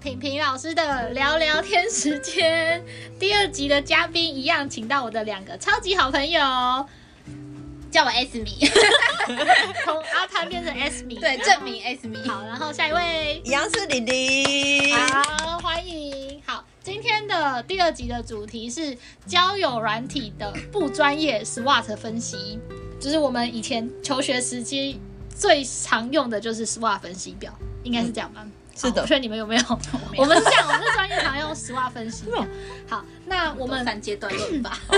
平平老师的聊聊天时间。第二集的嘉宾一样，请到我的两个超级好朋友，叫我 S 米，E 从阿潘变成 S 米， 对，证明 S E 米。好，然后下一位，一样是李玲。好，欢迎。好，今天的第二集的主题是交友软体的不专业 SWOT 分析，就是我们以前求学时期最常用的就是 SWOT 分析表，应该是这样吧？是好我的不确定你们有 没有？我们是这样，我们是专业常用 SWOT 分析表。好，那我我们们三阶段论吧，啊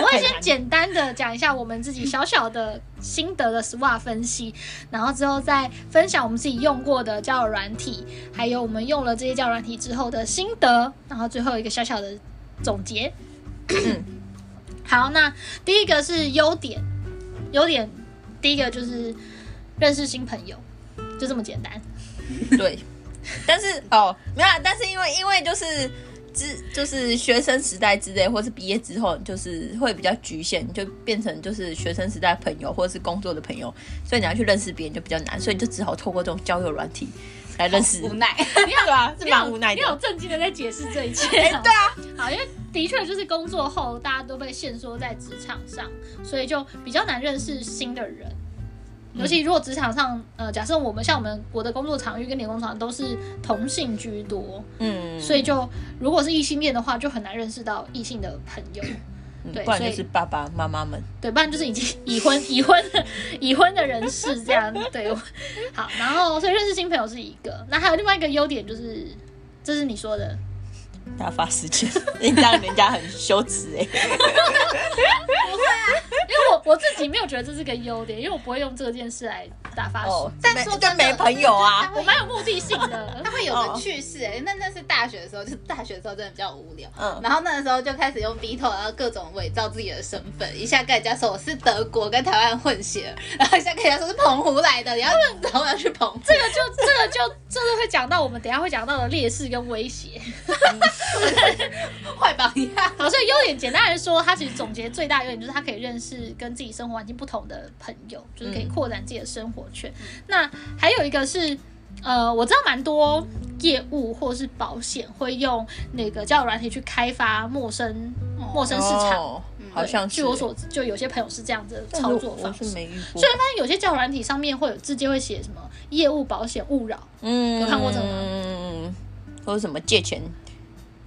我会先简单的讲一下我们自己小小的心得的 SWOT 分析，然后之后再分享我们自己用过的交友软体，还有我们用了这些交友软体之后的心得，然后最后一个小小的总结。嗯 好，那第一个是优点，优点第一个就是认识新朋友，就这么简单。对，但是哦，没有啦，但是因为因为就是之就是学生时代之类，或是毕业之后，就是会比较局限，你就变成就是学生时代朋友或者是工作的朋友，所以你要去认识别人就比较难，所以你就只好透过这种交友软体来认识。无奈。对啊，是你好蛮无奈你好的。震惊的在解释这一切。哎对啊，好，因为的确就是工作后大家都被限缩在职场上，所以就比较难认识新的人。嗯尤其如果职场上，呃，假设我们像我们我的工作场域跟你的工作场都是同性居多，嗯，所以就如果是异性恋的话，就很难认识到异性的朋友。嗯对不然所以就是爸爸妈妈们。对，不然就是已经已婚、已婚、已婚的人士这样。对，我好，然后所以认识新朋友是一个，那还有另外一个优点就是，这是你说的，打发时间， 你这样人家很羞耻哎、因为我我自己没有觉得这是个优点，因为我不会用这件事来打发时 哦间，，但说真的就没朋友啊。我蛮有目的性的它。会有哦个趣事哎、那那是大学的时候，就大学的时候真的比较无聊。嗯然后那个时候就开始用 B 头，然后各种伪造自己的身份，一下跟人家说我是德国跟台湾混血，然后一下跟人家说是澎湖来的，然后然后我要去澎湖，这个就这个就这个会讲到我们等一下会讲到的劣势跟威胁。坏啊榜样。好，所以优点简单来说，它其实总结最大优点就是它可以认识跟自己生活环境不同的朋友，就是嗯可以扩展自己的生活圈。那还有一个是，呃，我知道蛮多业务或是保险会用那个交友软体去开发陌生陌生市场。哦好像是、据我所知，就有些朋友是这样子的但是操作我方是啊式。没遇过虽。然发现有些交友软体上面会有直接会写什么业务保险勿扰，嗯有看过这个吗嗯，或者什么借钱，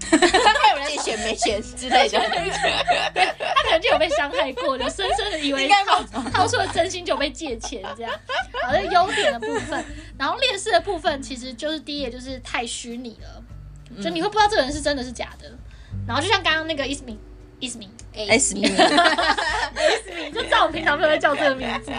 还有人借钱没钱之类 的，他可能就有被伤害过，就深深的以为应该掏吧掏出了真心就被借钱这样。好，这是优点的部分，然后劣势的部分其实就是第一，也就是太虚拟了，就你会不知道这个人是真的是假的。然后就像刚刚那个 Ismi Ismi，哎， S 米，你就知道我平常没有在叫这个名字。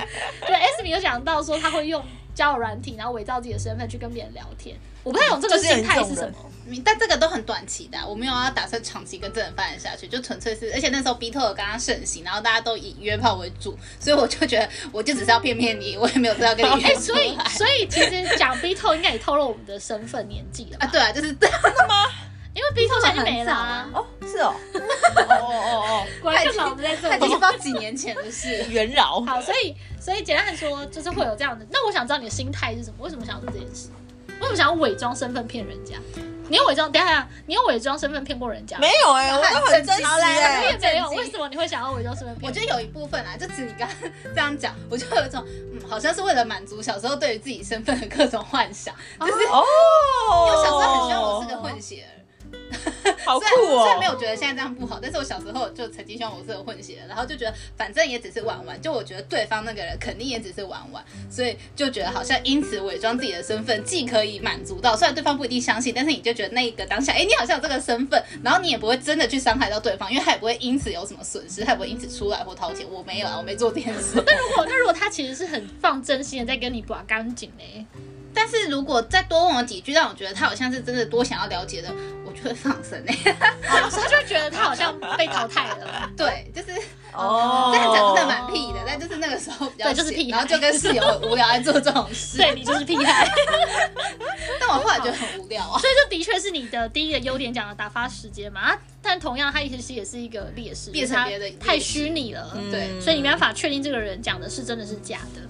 对，S 米有讲到说他会用交友软体，然后伪造自己的身份去跟别人聊天。我不太懂这个就是有心态这种是什人么。但这个都很短期的啊、我没有要打算长期跟这人发展下去，就纯粹是，而且那时候 B 头刚刚盛行，然后大家都以约炮为主，所以我就觉得我就只是要骗骗你，我也没有真的要跟你约哎、出所来。以所以其实讲 B 透应该也透露我们的身份年纪了吧啊，对啊，就是这样。因为 B 透现在就没了、啊很，哦，是哦，哦哦哦果然就老我们在这他已经不里知。道几年前的事 哦，。元老，好，所以所以简单来说，就是会有这样的。那我想知道你的心态是什么？为什么想要做这件事？为什么想要伪装身份骗人家？你有伪装？等一下，你有伪装身份骗过人家吗？没有哎、我都很真实好来我哎、也没有。震惊为什么你会想要伪装身份我骗觉人？得有一部分啊，就只你刚刚 这样讲，我就有一种，嗯，好像是为了满足小时候对于自己身份的各种幻想，就是啊因为哦，我小时候很希望我是个混血儿，好虽然酷虽然没哦，有觉得现在这样不好，但是我小时候就曾经希望我是个混血儿，然后就觉得反正也只是玩玩，就我觉得对方那个人肯定也只是玩玩，所以就觉得好像因此伪装自己的身份，既可以满足到，虽然对方不一定相信，但是你就觉得那一个当下，哎、你好像有这个身份，然后你也不会真的去伤害到对方，因为他也不会因此有什么损失，他也不会因此出来或掏钱，我没有啊，我没做这件事。 那如果那如果他其实是很放真心的在跟你把干净 嘞，但是如果再多问我几句，让我觉得他好像是真的多想要了解的，我就会放生哎、他就会觉得他好像被淘汰了。 对，就是哦，这样讲真的蛮屁的，但就是那个时候比较对就是闲屁孩然后就跟室友很无聊在做这种事。 对你就是屁孩。但我后来觉得很无聊啊。所以这的确是你的第一个优点，讲的打发时间嘛。啊但同样，它其实也是一个劣势，变成别的就是它太虚拟了，嗯对所以你没办法确定这个人讲的是真的是假的。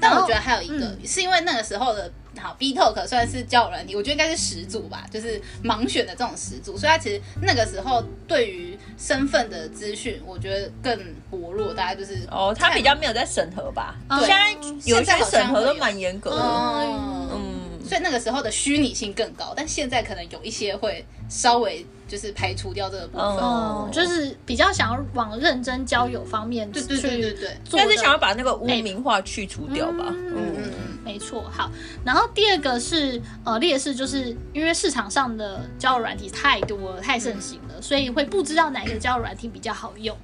但我然后觉得还有一个、嗯是因为那个时候的。好，B Talk 算是交友软体，我觉得应该是始祖吧，就是盲选的这种始祖，所以他其实那个时候对于身份的资讯，我觉得更薄弱，大概就是哦，他比较没有在审核吧？嗯现在有一些审核现都在好像会有蛮严格的。嗯嗯，所以那个时候的虚拟性更高，但现在可能有一些会稍微就是排除掉这个部分。嗯，就是比较想要往认真交友方面对去对对对对，做应该的是想要把那个污名化去除掉吧？嗯嗯，嗯没错，好。然后第二个是呃劣势，就是因为市场上的交友软体太多了，太盛行了，所以会不知道哪一个交友软体比较好用。嗯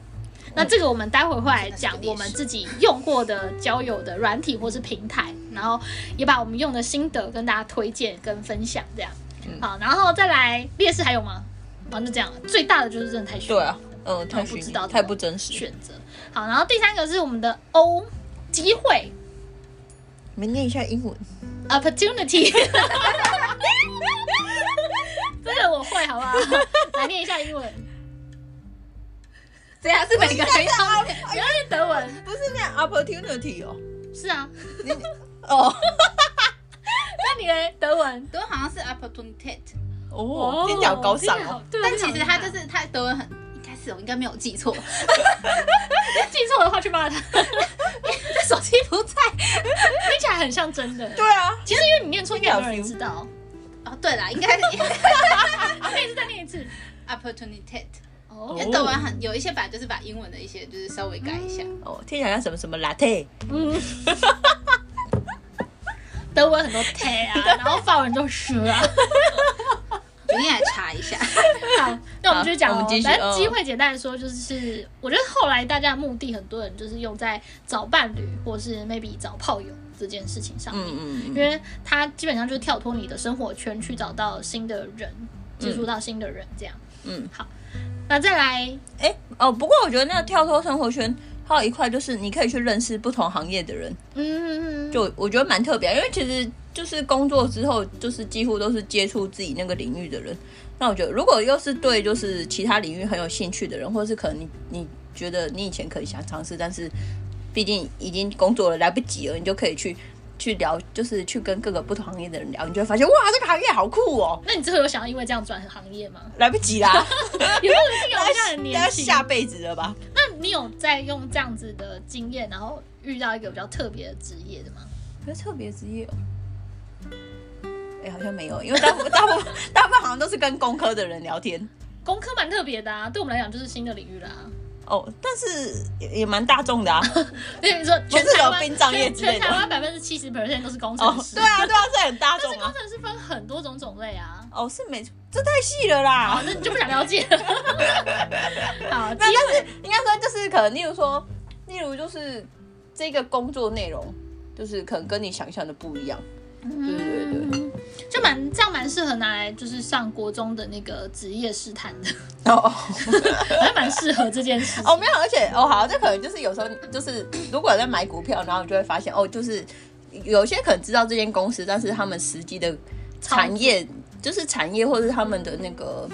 那这个我们待会会来讲真的是个劣势我们自己用过的交友的软体或是平台，然后也把我们用的心得跟大家推荐跟分享这样。嗯好，然后再来劣势还有吗？啊，就这样了，最大的就是真的太虚对啊，嗯，太我不虚知拟道，太不真实。选择。好，然后第三个是我们的 O 机会你们念一下英文。 opportunity。这个我会，好不好？ 来念一下英文，这样是每个人要念不要念德文。不是那样 opportunity 哦。是啊，哦那你嘞，德文？德文好像是 opportunity，哦，听起来好高尚听起来哦好。。对啊但其实他就，听起来好厉是他德文很。应该是我应该没有记错， 害记错的话去骂他，这手机不在听起来很像真的。对啊，其实因为你念错，应该没有人知道。哦。对啦，应 该是啊，可以再念一次。 opportunity，因哦为，德文很有一些版就是把英文的一些就是稍微改一下。哦，听起来像什么什么 latte。嗯。 德文很多 t 啊，然后法文都是啊。决定来查 一下，好，那我们就讲好我哦们继，续反正机会简单来说就是，我觉得后来大家的目的，很多人就是用在找伴侣或是 maybe 找炮友这件事情上面，嗯因为他基本上就是跳脱你的生活圈去找到新的人，接触到新的人这样。嗯，好，那再来，哎、哦，不过我觉得那个跳脱生活圈。还有一块就是你可以去认识不同行业的人，嗯，就我觉得蛮特别，因为其实就是工作之后，就是几乎都是接触自己那个领域的人。那我觉得，如果又是对就是其他领域很有兴趣的人，或者是可能你你觉得你以前可以想尝试，但是毕竟已经工作了，来不及了，你就可以去去聊，就是去跟各个不同行业的人聊，你就会发现哇，这个行业好酷哦，那你之后有想要因为这样转行业吗？来不及 啦，也不一定啊，我现在很大概年轻。下辈子了 吧？那你有在用这样子的经验，然后遇到一个比较特别的职业的吗？比较特别职业哦。哎、好像没有，因为大部大部分大部分好像都是跟工科的人聊天工科蛮特别的啊，对我们来讲就是新的领域啦、哦，但是也也蛮大众 的啊。对，你说全台湾不是有殡葬业之类全全的台湾百分之七十 percent 都是工哦程，师。对啊，对啊，这很大但众是工啊。程师分很多种种类啊。哦，是没错，这太细了哦啦好，。那你就不想了解了。好，机 会那但是应该说就是可能，例如说，例如就是这个工作内容，就是可能跟你想象的不一样。对对对。嗯就蛮这样蛮适合拿来就是上国中的那个职业试探的，哦还蛮适合这件事情。哦，没有，而且哦好，这可能就是有时候你就是如果有在买股票，然后你就会发现哦，就是有些可能知道这间公司，但是他们实际的产业就是产业或者是他们的那个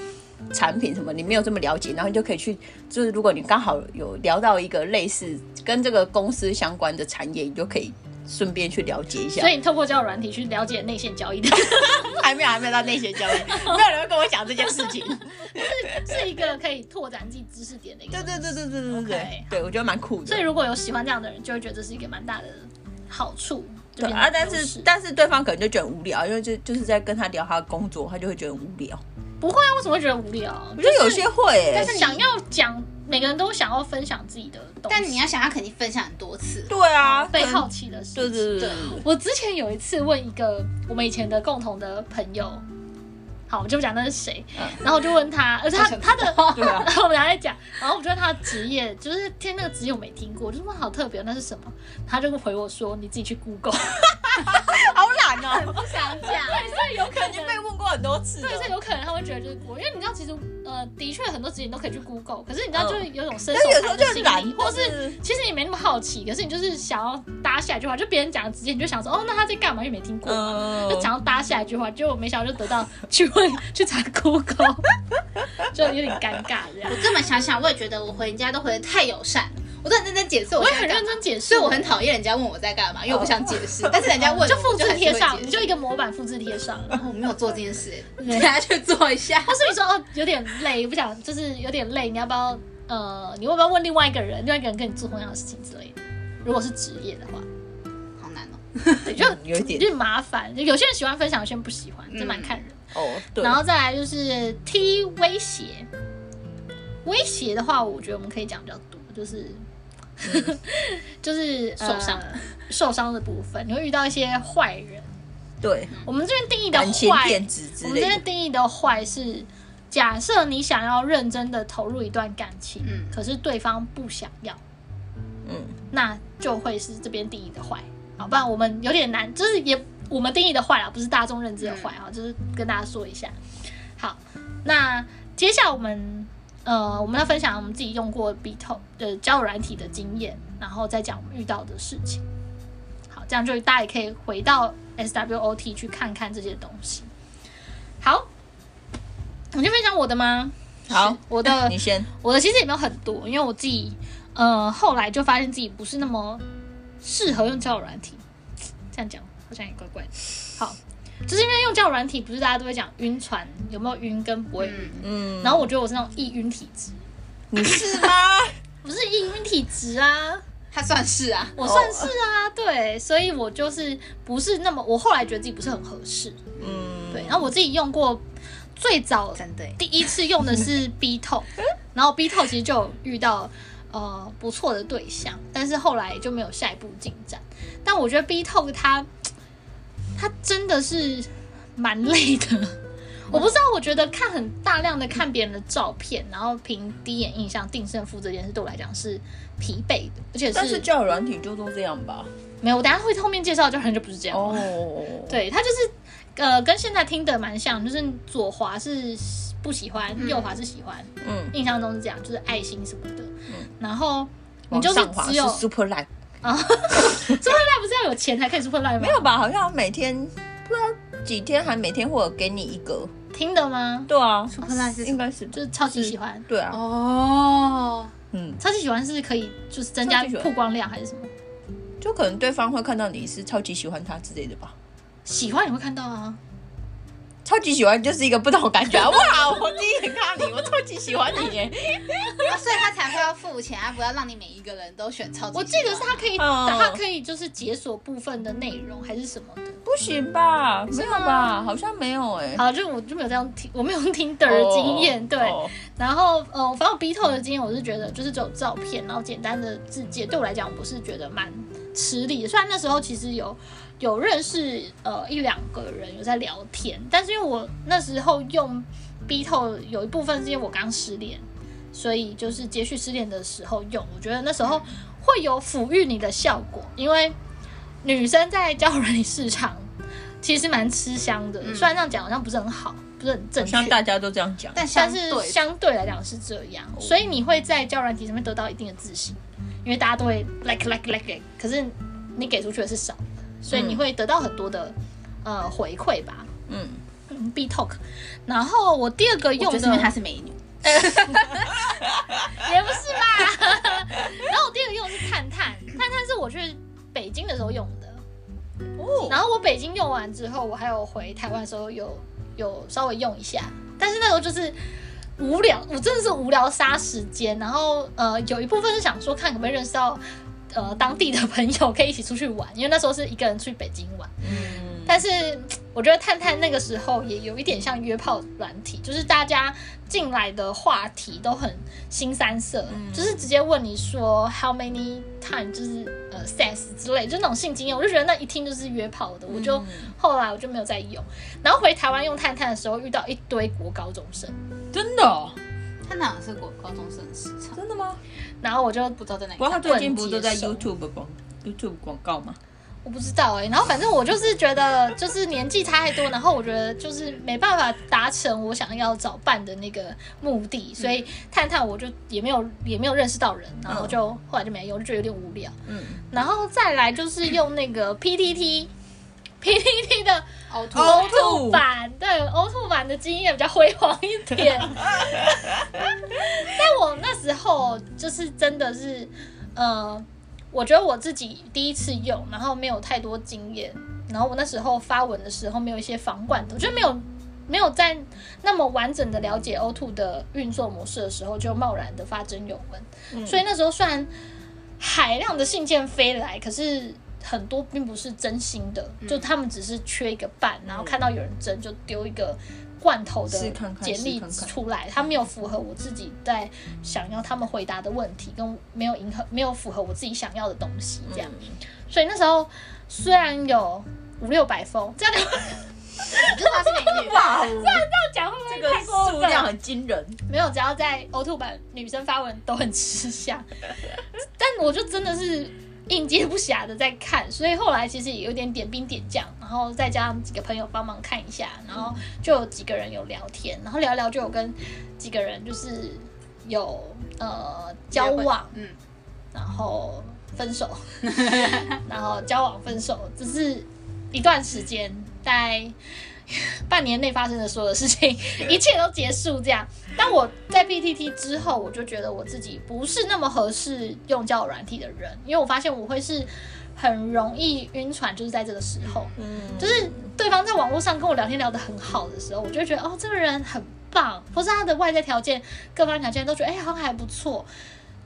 产品什么，你没有这么了解，然后你就可以去，就是如果你刚好有聊到一个类似跟这个公司相关的产业，你就可以顺便去了解一下。所以你透过交友软体去了解内线交易的， 还没有还没有到内线交易， 没有人会跟我讲这件事情。是一个可以拓展自己知识点的一个对东西。对对对对对 OK，对，对我觉得蛮酷的。所以如果有喜欢这样的人，就会觉得这是一个蛮大的好处。就对变成啊，但优势是但是对方可能就觉得很无聊，因为就就是在跟他聊他的工作，他就会觉得很无聊。不会啊，为什么会觉得无聊？我觉得有些会、欸，但是想要讲，每个人都想要分享自己的东西，但你要想，他肯定分享很多次。 对啊，被可能好奇的事情。对对对对对对我之前有一次问一个我们以前的共同的朋友，好，我就不讲那是谁，然后嗯我就问他，呃，他想他的， 对啊我们俩在讲，然后我就问他的职业，就是听那个职业我没听过，我就说哇好特别，那是什么？他就回我说你自己去 Google，好 懒哦、不想讲，所以有可可能已经能被。问过很多次了对，所以有可能他会觉得就是我，因为你知道，其实呃，的确很多职业你都可以去 Google，可是你知道，嗯就是有种伸但手是有时牌候的就心很理，懒，或是是其实你没那么好奇，可是你就是想要搭下一句话，就别人讲的直接，你就想说，哦，那他在干嘛？又没听过嘛，嗯，就想要搭下一句话，结果没想到就得到去问去查 Google，就有点尴尬这样我。这么想想，我也觉得我回家都回的太友善了。我我都很认真解释我我也很现在干认嘛真解释，所以我很讨厌人家问我在干嘛，因为我不想解释。但是人家问我就复制贴上，我你就就还一是会解释个嗯模板复制贴上。哦我没有做这件事，对 大家去做一下。或是你说哦有点累，不想就是有点累，你要不要呃，你要不要问另外一个人，另外一个人跟你做同样的事情之类的？如果是职业的 话，好难哦。对，就嗯有一点就麻烦。有些人喜欢分享，有些人不喜欢，这嗯蛮看人。哦，对，然后再来就是 T 威胁，威胁的话，我觉得我们可以讲比较多，就是、嗯 就是受伤呃、受伤的部分，你会遇到一些坏人。对我们这边定义的嗯感情坏电子之我们类这边的，定义的坏是，假设你想要认真的投入一段感情，嗯可是对方不想要，嗯，那就会是这边定义的坏。好，不然我们有点难，就是也我们定义的坏啦，不是大众认知的坏啊，就是跟大家说一下。好，那接下来我们呃，我们要分享我们自己用过笔头呃交友软体的经验，然后再讲我们遇到的事情。好，这样就大家也可以回到 SWOT 去看看这些东西。好，我就分享我的吗？好是我的 你先，我的其实也没有很多，因为我自己，呃，后来就发现自己不是那么适合用交友软体。这样讲好像也怪怪的。好，就是因为用交友软体，不是大家都会讲晕船有没有晕跟不会晕。嗯，嗯，然后我觉得我是那种易晕体质，你是吗？不是易晕体质啊，哦他算是啊，我算是啊，对，所以我就是不是那么，我后来觉得自己不是很合适。嗯，对，然后我自己用过最早真的耶。第一次用的是 B 透，然后 B 透其实就有遇到呃不错的对象，但是后来就没有下一步进展。但我觉得 B 透它它真的是蛮累的，我不知道，我觉得看很大量的看别人的照片，然后凭第一眼印象定胜负这件事对我来讲是疲惫的，而且但是是交友软体就都这样吧。没有，我等一下会后面介绍，就很久不是这样了。哦，，对，它就是呃跟现在听的蛮像，就是左滑是不喜欢，嗯右滑是喜欢。嗯，印象中是这样，就是爱心什么的。嗯然后你往就是上滑只是有 Super Like，那不是要有钱才可以 Super Line 吗？没有吧？好像每天不知道几天，还每天会有给你一个。听的吗？对啊， Super Like 是什么应该是就是超级喜欢，对啊，哦，嗯，超级喜欢是可以就是增加超级喜欢曝光量还是什么？就可能对方会看到你是超级喜欢他之类的吧。喜欢也会看到啊，超级喜欢就是一个不同感 觉啊！哇，我第一眼看到你，我超级喜欢你耶！啊所以他才会要付钱，啊他不要让你每一个人都选超级喜欢。我记得是他可以，哦他可以就是解锁部分的内容还是什么的。不行吧？没有吧？好像没有哎。好，就我就没有这样听，我没有用听的的经验，对。哦然后呃，反正 B 透的经验，我是觉得就是只有照片，然后简单的字界，对我来讲，我是觉得蛮吃力的。虽然那时候其实有有认识呃一两个人有在聊天，但是因为我那时候用 B 透有一部分是因为我刚失恋，所以就是接续失恋的时候用，我觉得那时候会有抚育你的效果，因为女生在交友软件市场其实蛮吃香的，嗯虽然这样讲好像不是很好，不是很正好确，像大家都这样讲。但但相是对哦相对来讲是这样，所以你会在交友软体上面得到一定的自信，因为大家都会 like like like like，可是你给出去的是少的，所以你会得到很多的、呃回馈吧。嗯，嗯，B Talk，然后我第二个我用就是的因为她是美女，也不是吧， 然后我第二个用的是探探，探探是我去北京的时候用的，哦，然后我北京用完之后，我还有回台湾的时候有有稍微用一下，但是那时候就是无聊，我真的是无聊杀时间。然后呃，有一部分是想说看可不可以认识到呃当地的朋友，可以一起出去玩，因为那时候是一个人去北京玩。嗯，但是嘖我觉得探探那个时候也有一点像约炮软体，就是大家进来的话题都很新三色，嗯就是直接问你说 how many time，就是呃 sex 之类，就那种性经验，我就觉得那一听就是约炮的，我就。后来我就没有再用，然后回台湾用探探的时候，遇到一堆国高中生，真的哦，她哪是国高中生的市场？真的吗？然后我就不知道在哪不过里。他最近不是都在不能 YouTube 广 YouTube 广告吗？我不知道哎、然后反正我就是觉得就是年纪差太多，然后我觉得就是没办法达成我想要找伴的那个目的，所以探探我就也没有也没有认识到人，然后就后来就没用，就觉得有点无聊。嗯，然后再来就是用那个 PTT。PTT 的凹凸哦 O 兔版，对 O 兔版的经验比较辉煌一 点。但我那时候就是真的是，呃，我觉得我自己第一次用，然后没有太多经验，然后我那时候发文的时候没有一些防管的，我觉得没有没有在那么完整的了解 O2 的运作模式的时候，就贸然的发真有文，嗯所以那时候虽然海量的信件飞来，可是。很多并不是真心的，嗯就他们只是缺一个伴，然后看到有人争就丢一个罐头的试看看简历试看看出来，他没有符合我自己在想要他们回答的问题，跟没有迎合没有符合我自己想要的东西这嗯样。所以那时候虽然有五六百封，这样 你们你就是她是美女，哇，讲会不这会个太过数分？量很惊人，没有，只要在 O two 版女生发文都很吃香， 但我就真的是应接不暇的在看，所以后来其实也有点点兵点将，然后再加上几个朋友帮忙看一下，然后就有几个人有聊天，然后聊一聊就有跟几个人就是有呃交往，嗯，然后分手， 然后交往分手，只是一段时间，大概半年内发生的所有事情，一切都结束这样。但我在 PTT 之后，我就觉得我自己不是那么合适用交友软体的人，因为我发现我会是很容易晕船，就是在这个时候。嗯，就是对方在网络上跟我聊天聊得很好的时候，我就会觉得哦，这个人很棒，或是他的外在条件、各方面条件都觉得哎、好像还不错。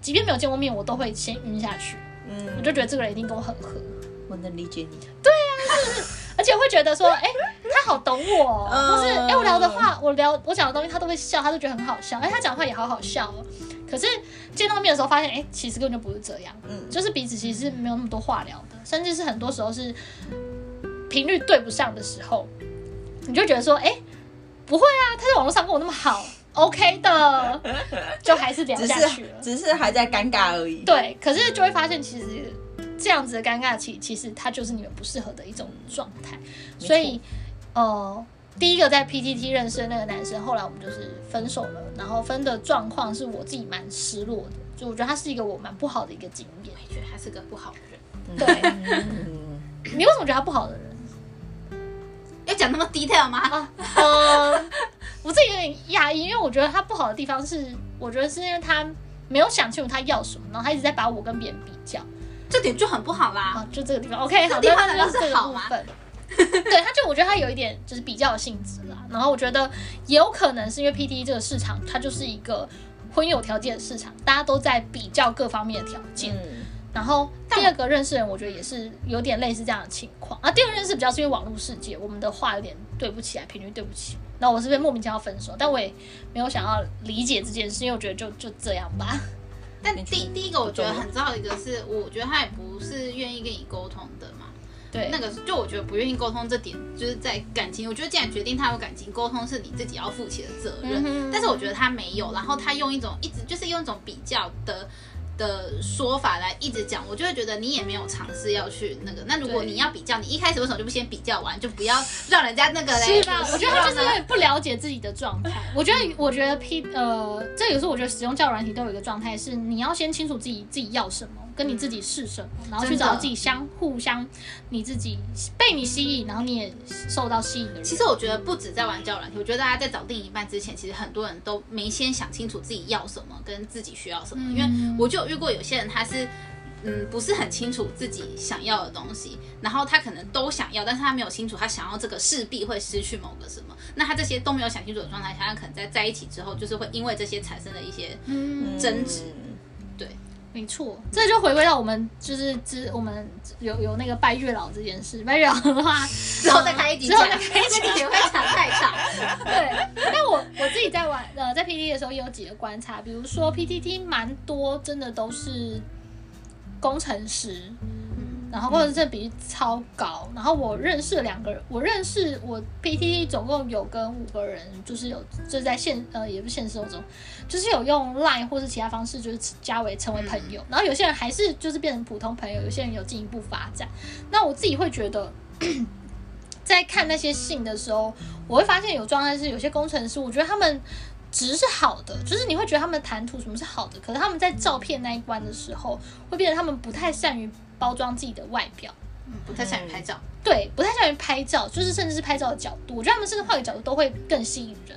即便没有见过面，我都会先晕下去，嗯，我就觉得这个人一定跟我很合，我能理解你，啊而且会觉得说，哎、他好懂我哦，嗯或是哎、我聊的话，我聊我讲的东西，他都会笑，他都觉得很好笑，哎、他讲的话也好好笑哦。可是见到面的时候发现，哎、其实根本就不是这样，嗯，就是彼此其实没有那么多话聊的，甚至是很多时候是频率对不上的时候，你就觉得说，哎、不会啊，他在网络上跟我那么好，OK 的，就还是聊只下去是了。只是还在尴尬而已，，对，可是就会发现，其实这样子的尴尬期，其实它就是你们不适合的一种状态。没错所以，呃，第一个在 PTT 认识的那个男生，后来我们就是分手了，然后分的状况是我自己蛮失落的，就我觉得他是一个我蛮不好的一个经验。觉得她是个不好的人。对，嗯，你为什么觉得他不好的人？要讲那么 detail 吗？啊，呃，我自己有点讶异，因为我觉得他不好的地方是，我觉得是因为他没有想清楚他要什么，然后他一直在把我跟别人比较。这点就很不好啦。啊，就这个地方，OK，好，地那方那难那道就是这个好部吗分。 对，他就我觉得他有一点就是比较性质啦，然后我觉得也有可能是因为 PT 这个市场，它就是一个婚友条件的市场，大家都在比较各方面的条件。嗯然后第二个认识人，我觉得也是有点类似这样的情况啊。第二个认识比较是因为网络世界，我们的话有点对不起来，频率对不起。那我是被莫名其妙分手，但我也没有想要理解这件事，因为我觉得就就这样吧。但你觉第得第一个我觉得不重要很重要的一个是，我觉得他也不是愿意跟你沟通的嘛。对，那个就我觉得不愿意沟通这点，就是在感情，我觉得既然决定他有感情，沟通是你自己要负起的责任。嗯哼但是我觉得他没有，然后他用一种一直就是用一种比较的。的说法来一直讲，我就会觉得你也没有尝试要去那个。那如果对你要比较，你一开始为什么就不先比较完，就不要让人家那个是嘞？吧？我觉得他就是有点不了解自己的状态。我觉得，我觉得 P 呃，这有时候我觉得使用教软体都有一个状态是，你要先清楚自己自己要什么，跟你自己是什么，然后去嗯真的找自己相互相你自己被你吸引，然后你也受到吸引的人。其实我觉得不止在玩交友软体，我觉得大家在找另一半之前，其实很多人都没先想清楚自己要什么跟自己需要什么。嗯因为我就有遇过有些人，他是嗯不是很清楚自己想要的东西，然后他可能都想要，但是他没有清楚他想要这个势必会失去某个什么。那他这些都没有想清楚的状态下，他可能在在一起之后，就是会因为这些产生了一 些嗯，争执。没错，这就回归到我们就是之我们有有那个拜月老这件事。拜月老的话，之后再开一集 之后讲，再开一集这个也会讲太长。对，但我 我自己在玩呃在 PTT 的时候也有几个观察，比如说 PTT 蛮多真的都是工程师，然后或者这比例超高，然后我认识了两个人，我认识我 PTT 总共有跟五个人，就是有就是在现呃也不是现实生活中，就是有用 Line 或是其他方式就是加为成为朋友，然后有些人还是就是变成普通朋友，有些人有进一步发展，那我自己会觉得。 在看那些信的时候，我会发现有状态是有些工程师，我觉得他们值是好的，就是你会觉得他们谈吐什么是好的，可是他们在照片那一关的时候，会变得他们不太善于包装自己的外表，嗯不太善于拍照，对，不太善于拍照，就是甚至是拍照的角度，我觉得他们甚至换个角度都会更吸引人。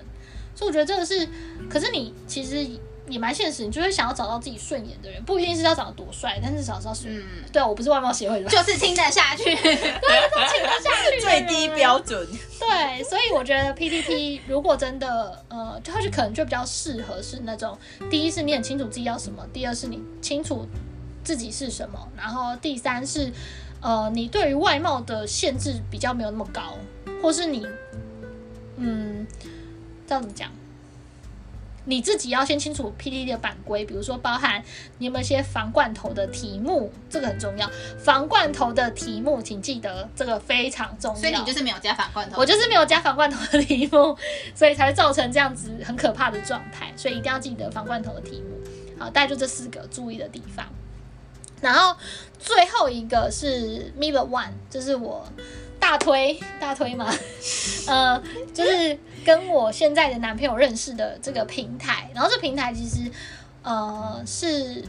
所以我觉得这个是，可是你其实也蛮现实，你就会想要找到自己顺眼的人，不一定是要长得多帅，但至少是要顺眼。嗯，对啊，我不是外貌协会的，就是听得 下去。听得下去的人最低标准。对，所以我觉得 PPT 如果真的呃，它就可能就比较适合是那种，第一是你很清楚自己要什么，第二是你清楚自己是什么，然后第三是呃，你对于外貌的限制比较没有那么高，或是你嗯，这样怎么讲？你自己要先清楚 PPT 的版规，比如说包含你有没有一些防罐头的题目，这个很重要。防罐头的题目，请记得这个非常重要。所以你就是没有加反罐头，我就是没有加防罐头的题目，所以才会造成这样子很可怕的状态，所以一定要记得防罐头的题目。好，大概就这四个注意的地方。然后最后一个是 Mirror One，这是我大推大推嘛，呃，就是跟我现在的男朋友认识的这个平台。然后这平台其实呃是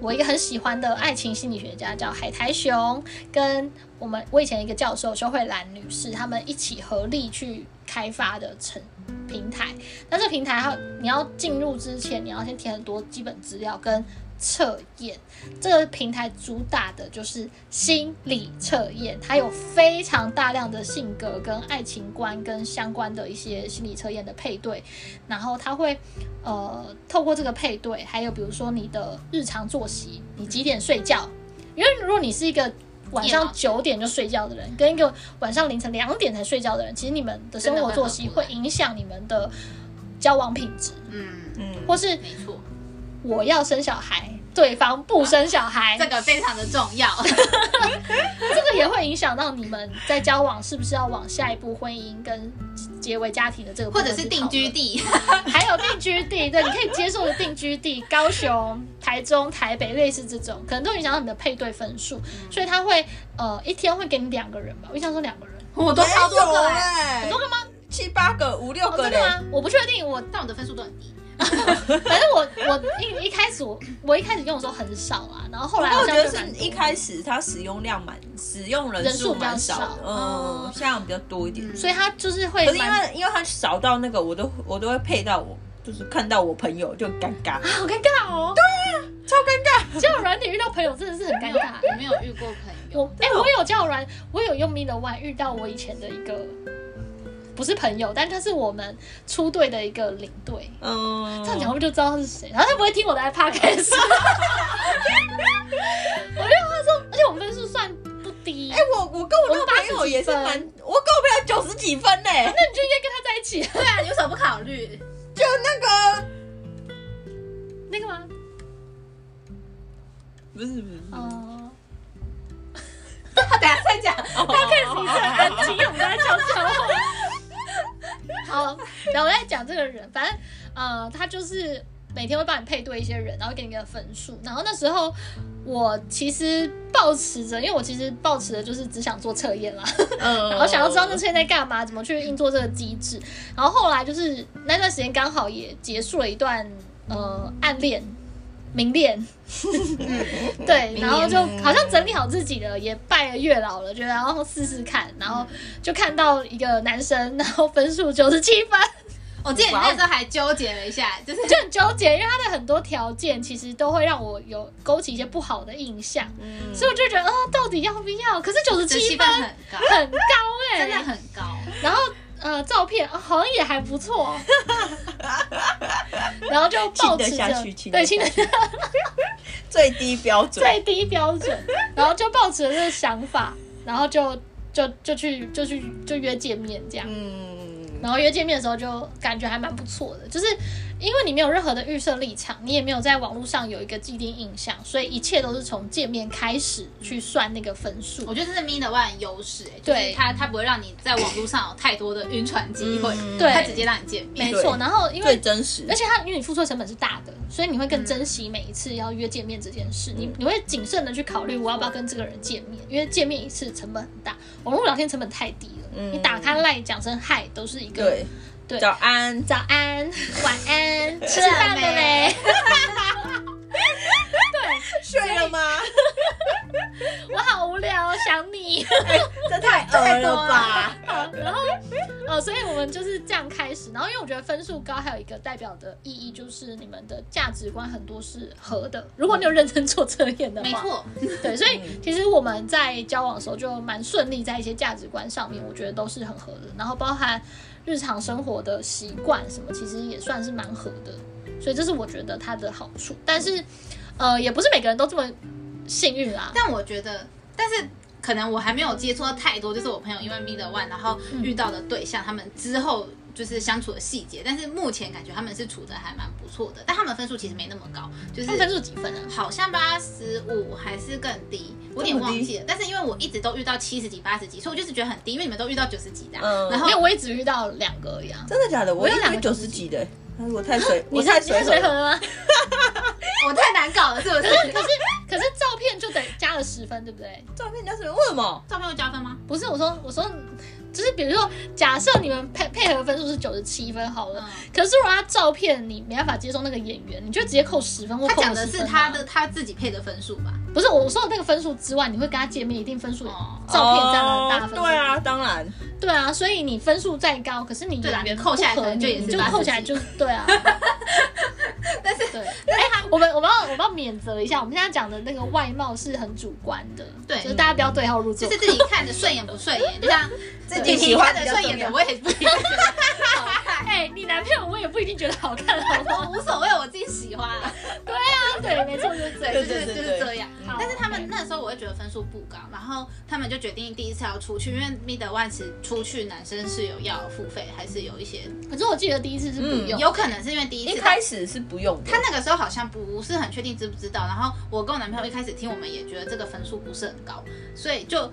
我一个很喜欢的爱情心理学家，叫海苔熊，跟我们我以前一个教授修慧兰女士，他们一起合力去开发的成平台。那这平台它你要进入之前，你要先填很多基本资料跟测验。这个平台主打的就是心理测验，它有非常大量的性格跟爱情观跟相关的一些心理测验的配对，然后它会呃透过这个配对，还有比如说你的日常作息，你几点睡觉，因为如果你是一个晚夜上猫子九点就睡觉的人，跟一个晚上凌晨两点才睡觉的人，其实你们的生活作息会影响你们的交往品质，嗯，嗯，或是没错，我要生小孩，对方不生小孩，这个非常的重要。这个也会影响到你们在交往是不是要往下一步婚姻跟结为家庭的这个部或分者去是定讨论居，地，还有定居地，对，你可以接受的定居地，高雄、台中、台北，类似这种，可能都影响到你的配对分数，所以他会呃一天会给你两个人吧，我印象中两个人，我都超多个哎、哎，很欸多个吗？七八个、五六哦，个真嘞的。吗？我不确定，我但我的分数都很低。反正我我一一开始我我一开始用的时候很少啊，然后后来那好我像觉就得是蛮多一开始它使用量蛮，使用人数蛮少人数比的，较少嗯，现在比较多一点。嗯所以他就是会可是因蛮为因为它少到那个，我都我都会配到我，就是看到我朋友就很尴尬，好尴尬哦，对啊， 超尴尬，交友软体遇到朋友真的是很尴尬。我没有遇过朋友，我哎、啊我有交友软，我有用 Milo One 遇到我以前的一个，不是朋友，但他是我们出队的一个领队。嗯，这样讲我们就知道他是谁，然后他不会听我的 podcast。我就跟他说，而且我们分数算不低，哎、我我跟我那个朋友也是我蛮，们我跟我朋友九十几分嘞、那你就应该跟他在一起。对啊，你为什么不考虑？就那个那个吗？不是不是，哦、他 等下再讲。他开始你是安静，我们在悄悄话。好，然后我在讲这个人，反正呃，他就是每天会帮你配对一些人，然后给你个分数。然后那时候我其实抱持着，因为我其实抱持的就是只想做测验啦，嗯，然后想要知道那测验在干嘛，怎么去运作这个机制。然后后来就是那段时间刚好也结束了一段呃暗恋、明恋，对，然后就好像整理好自己了，也拜了月老了，觉得然后试试看，然后就看到一个男生，然后分数九十七分，我记得你那时候还哦纠结了一下，就是就很纠结，因为他的很多条件其实都会让我有勾起一些不好的印象，嗯所以我就觉得，啊、到底要不要？可是九十这七气分氛很高，很高哎、真的很高。然后呃，照片、哦好像也还不 错，然后就抱持亲得下着去亲得对下亲去得最低标准，最低标准，然后就抱持着这个想法，然后就就就去就去就约见面这样。嗯，然后约见面的时候就感觉还蛮不错的，就是因为你没有任何的预设立场，你也没有在网络上有一个既定印象，所以一切都是从见面开始去算那个分数。哦我觉得这是 Mean One 的优势、欸，就是对它它不会让你在网络上有太多的晕船机会，嗯对它直接让你见面没。错，然后因为最真实而，且它因为你付出的成本是大的，所以你会嗯更珍惜每一次要约见面这件事，你你会谨慎的去考虑我要不要跟这个人见面，因为见面一次成本很大，网络聊天成本太低了，嗯你打开赖讲声嗨都是一个对对早安，早安、晚 安，吃饭了 没？睡 了吗？我好无聊，想你。 这太恶了吧！好，然后呃，所以我们就是这样开始。然后，因为我觉得分数高还有一个代表的意义，就是你们的价值观很多是合的。如果你有认真做测验的话，没错，对，所以其实我们在交往的时候就蛮顺利，在一些价值观上面，我觉得都是很合的。然后包含日常生活的习惯什么，其实也算是蛮合的。所以这是我觉得它的好处。但是，呃，也不是每个人都这么幸运啊啦。嗯但我觉得，但是可能我还没有接触到太多，就是我朋友因为 Meet One 然后遇到的对象，他们之后就是相处的细节。但是目前感觉他们是处的还蛮不错的，但他们分数其实没那么高，就他们分是数几分啊？好像八十五还是更低，我有点忘记了。但是因为我一直都遇到七十几、八十几，所以我就是觉得很低，因为你们都遇到九十几的啊、嗯然 因为后我也只遇到两个而已啊。真的假的？我有一两个直九十几的，但是我太水， 你我太你太随水和了。了吗？我太难搞了，是不 是？可是可是照片就等于加了十分，对不对？照片叫什么？为什么？照片会加分吗？不是，我说我说，就是比如说，假设你们配配合分数是九十七分好了，嗯。可是如果他照片你没办法接受那个演员，你就直接扣十分或他扣讲二的十是分、啊。他的，他自己配的分数吧？不是我说的那个分数之外，你会跟他见面，一定分数也、哦照片占了很大哦分数。对啊，当然，对啊，所以你分数再高，可是你对啦啊演员你扣下来不合可能就也是你就87扣下来就是对啊。但是对，哎、我们我们要我们要免责一下，我们现在讲的那个外貌是很主观的，对就是大家不要对号入座。就是自己看着顺眼不顺 眼，就像自你己喜看欢着的顺眼的，我也不一定觉得好看。哎、你男朋友我也不一定觉得好看，好不我好？无所谓，我自己喜欢、啊，对，没错，就是这样。对，对就是对对就是这样。好 但是他们那时候我会觉得分数不高，然后他们就决定第一次要出去，因为 Mid One 其实出去男生是有要付费，还是有一些，可是我记得第一次是不用，有可能是因为第一一次开始是不用的他。那个时候好像不是很确定知不知道，然后我跟我男朋友一开始听，我们也觉得这个分数不是很高，所以就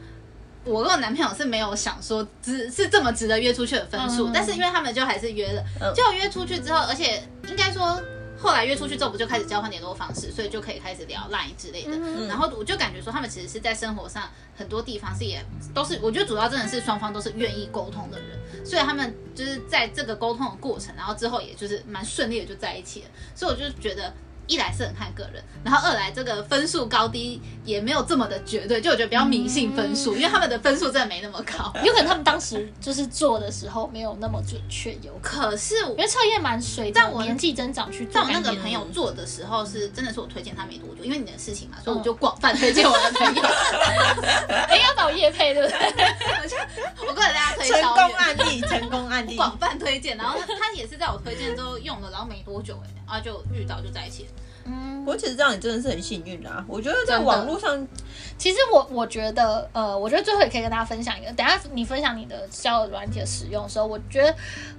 我跟我男朋友是没有想说值是这么值得约出去的分数，嗯但是因为他们就还是约了，嗯就约出去之后，而且应该说后来约出去之后，不就开始交换联络方式，所以就可以开始聊 LINE 之类的。嗯然后我就感觉说，他们其实是在生活上很多地方是也都是，我觉得主要真的是双方都是愿意沟通的人，所以他们就是在这个沟通的过程，然后之后也就是蛮顺利的就在一起了。所以我就觉得，一来是很看个人，然后二来这个分数高低也没有这么的绝对，就我觉得比较迷信分数，因为他们的分数真的没那么高。有可能他们当时就是做的时候没有那么准确，有可可是我能因为测验蛮随着但我年纪增长去做但我改那变的。个 朋友做的时候是真的是我推荐他没多久，因为你的事情嘛，所以我就广泛推荐我的朋友， 哎、要找叶配对不对？我跟大家推销成员功案例，成功案例。 广泛推荐，然后他他也是在我推荐之后用了，然后没多久哎、欸，啊就遇到就在一起了。 嗯不，过其实这样你真的是很幸运啊！我觉得在真的网络上其实我我觉得，呃，我觉得最后也可以跟大家分享一个，等一下你分享你的交友软体的使用的时候，我觉得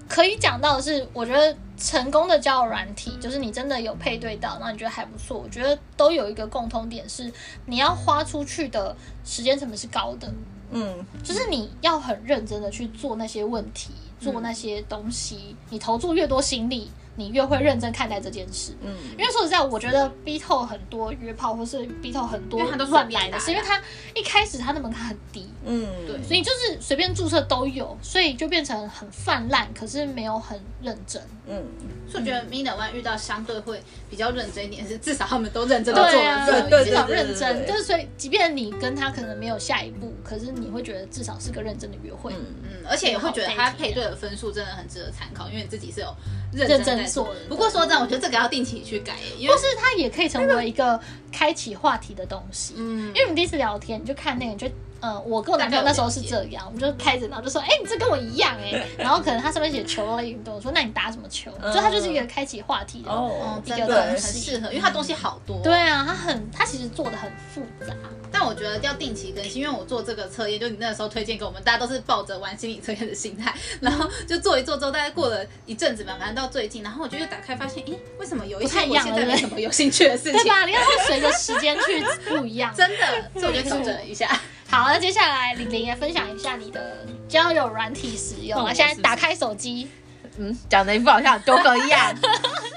可以讲到的是，我觉得成功的交友软体，就是你真的有配对到，那你觉得还不错，我觉得都有一个共通点是，你要花出去的时间成本是高的。嗯，就是你要很认真的去做那些问题，做那些东西，你投注越多心力，你越会认真看待这件事。嗯，因为说实在，我觉得 B 透很多约炮，或是 B 透很多因为他都随乱便来的打是，因为他一开始他的门槛很低，嗯，对所以就是随便注册都有，所以就变成很泛滥，可是没有很认真。嗯，所以我觉得 Mina One 遇到相对会比较认真一点，是至少他们都认真的做对了啊，这个对对至事情少认真，对对对就是所以，即便你跟他可能没有下一步，可是你会觉得至少是个认真的约会，嗯，而且也会觉得他配对的分数真的很值得参考，因为你自己是有认认真在真做的。不过说真的，我觉得这个要定期去改欸，因为或是它也可以成为一个开启话题的东西。嗯因为我们第一次聊天，你就看那个，你就。呃，我跟我男朋友那时候是这样，我们就开着，然后就说，哎、你这跟我一样 哎、然后可能他上面写球类运动，我说那你打什么球？嗯就它就是一个开启话题的。哦哦，，真一个的东很西适合，因为它东西好多。对啊，它很，它其实做的很复杂。但我觉得要定期更新，因为我做这个测验，就你那时候推荐给我们，大家都是抱着玩心理测验的心态，然后就做一做之后，大概过了一阵子吧，反正到最近，然后我就又打开发现，咦，为什么有一些不太一我样现了在没什么有兴趣的事对情？吧？你看会随着时间去不一样。真的，所以我就调整了一下。好，那接下来玲玲也分享一下你的交友软体使用换啊。嗯我现在是不是打开手机，嗯，讲的也不好像多个一样。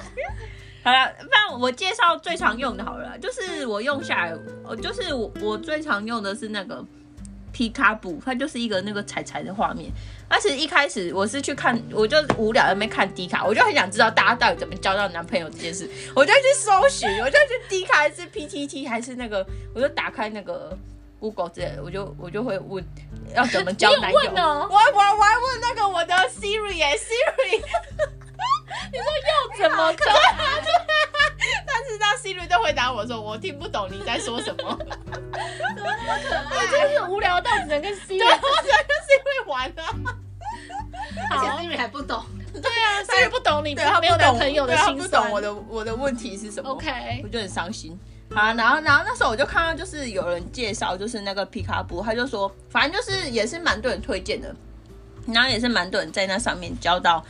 好了，不然我介绍最常用的好了啦，就是我用下来，我就是我我最常用的是那个皮卡布，它就是一个那个彩彩的画面。那其实一开始我是去看，我就无聊在那边看迪卡，我就很想知道大家到底怎么交到男朋友这件事， 我就去搜寻，我就去迪卡还是 PTT 还是那个，我就打开那个 Google 之类的，我就我就会问要怎么交你有男友。问哦我我我还问那个我的 Siri 耶、Siri， 啊怎么可能？ 但是那 Siri 都回答我说我听不懂你在说什么， 我真的是无聊到只能跟 Siri 啊跟 Siri 玩啊。而且 好。 Siri 还不懂，对啊，Siri 不懂你对他没有不懂男朋友的对他心不酸。懂我的我的问题是什么 OK，我就很伤心。好啊，然后然后那时候我就看到就是有人介绍就是那个皮卡布，他就说反正就是也是蛮多人推荐的，然后也是蛮多人在那上面交到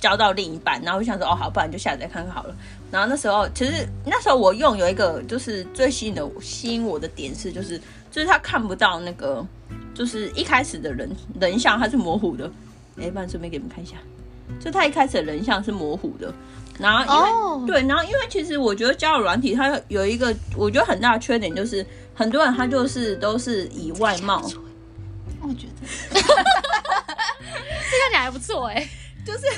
交到另一半，然后我就想说哦好，不然就下载看看好了。然后那时候其实那时候我用有一个就是最吸引的吸引我的点是就是就是他看不到那个就是一开始的人人像它是模糊的，哎，不然顺便给你们看一下，就他一开始的人像是模糊的，然后因为。哦，对，然后因为其实我觉得交友软体它有一个我觉得很大的缺点，就是很多人他就是都是以外貌，我觉得这看起来还不错哎。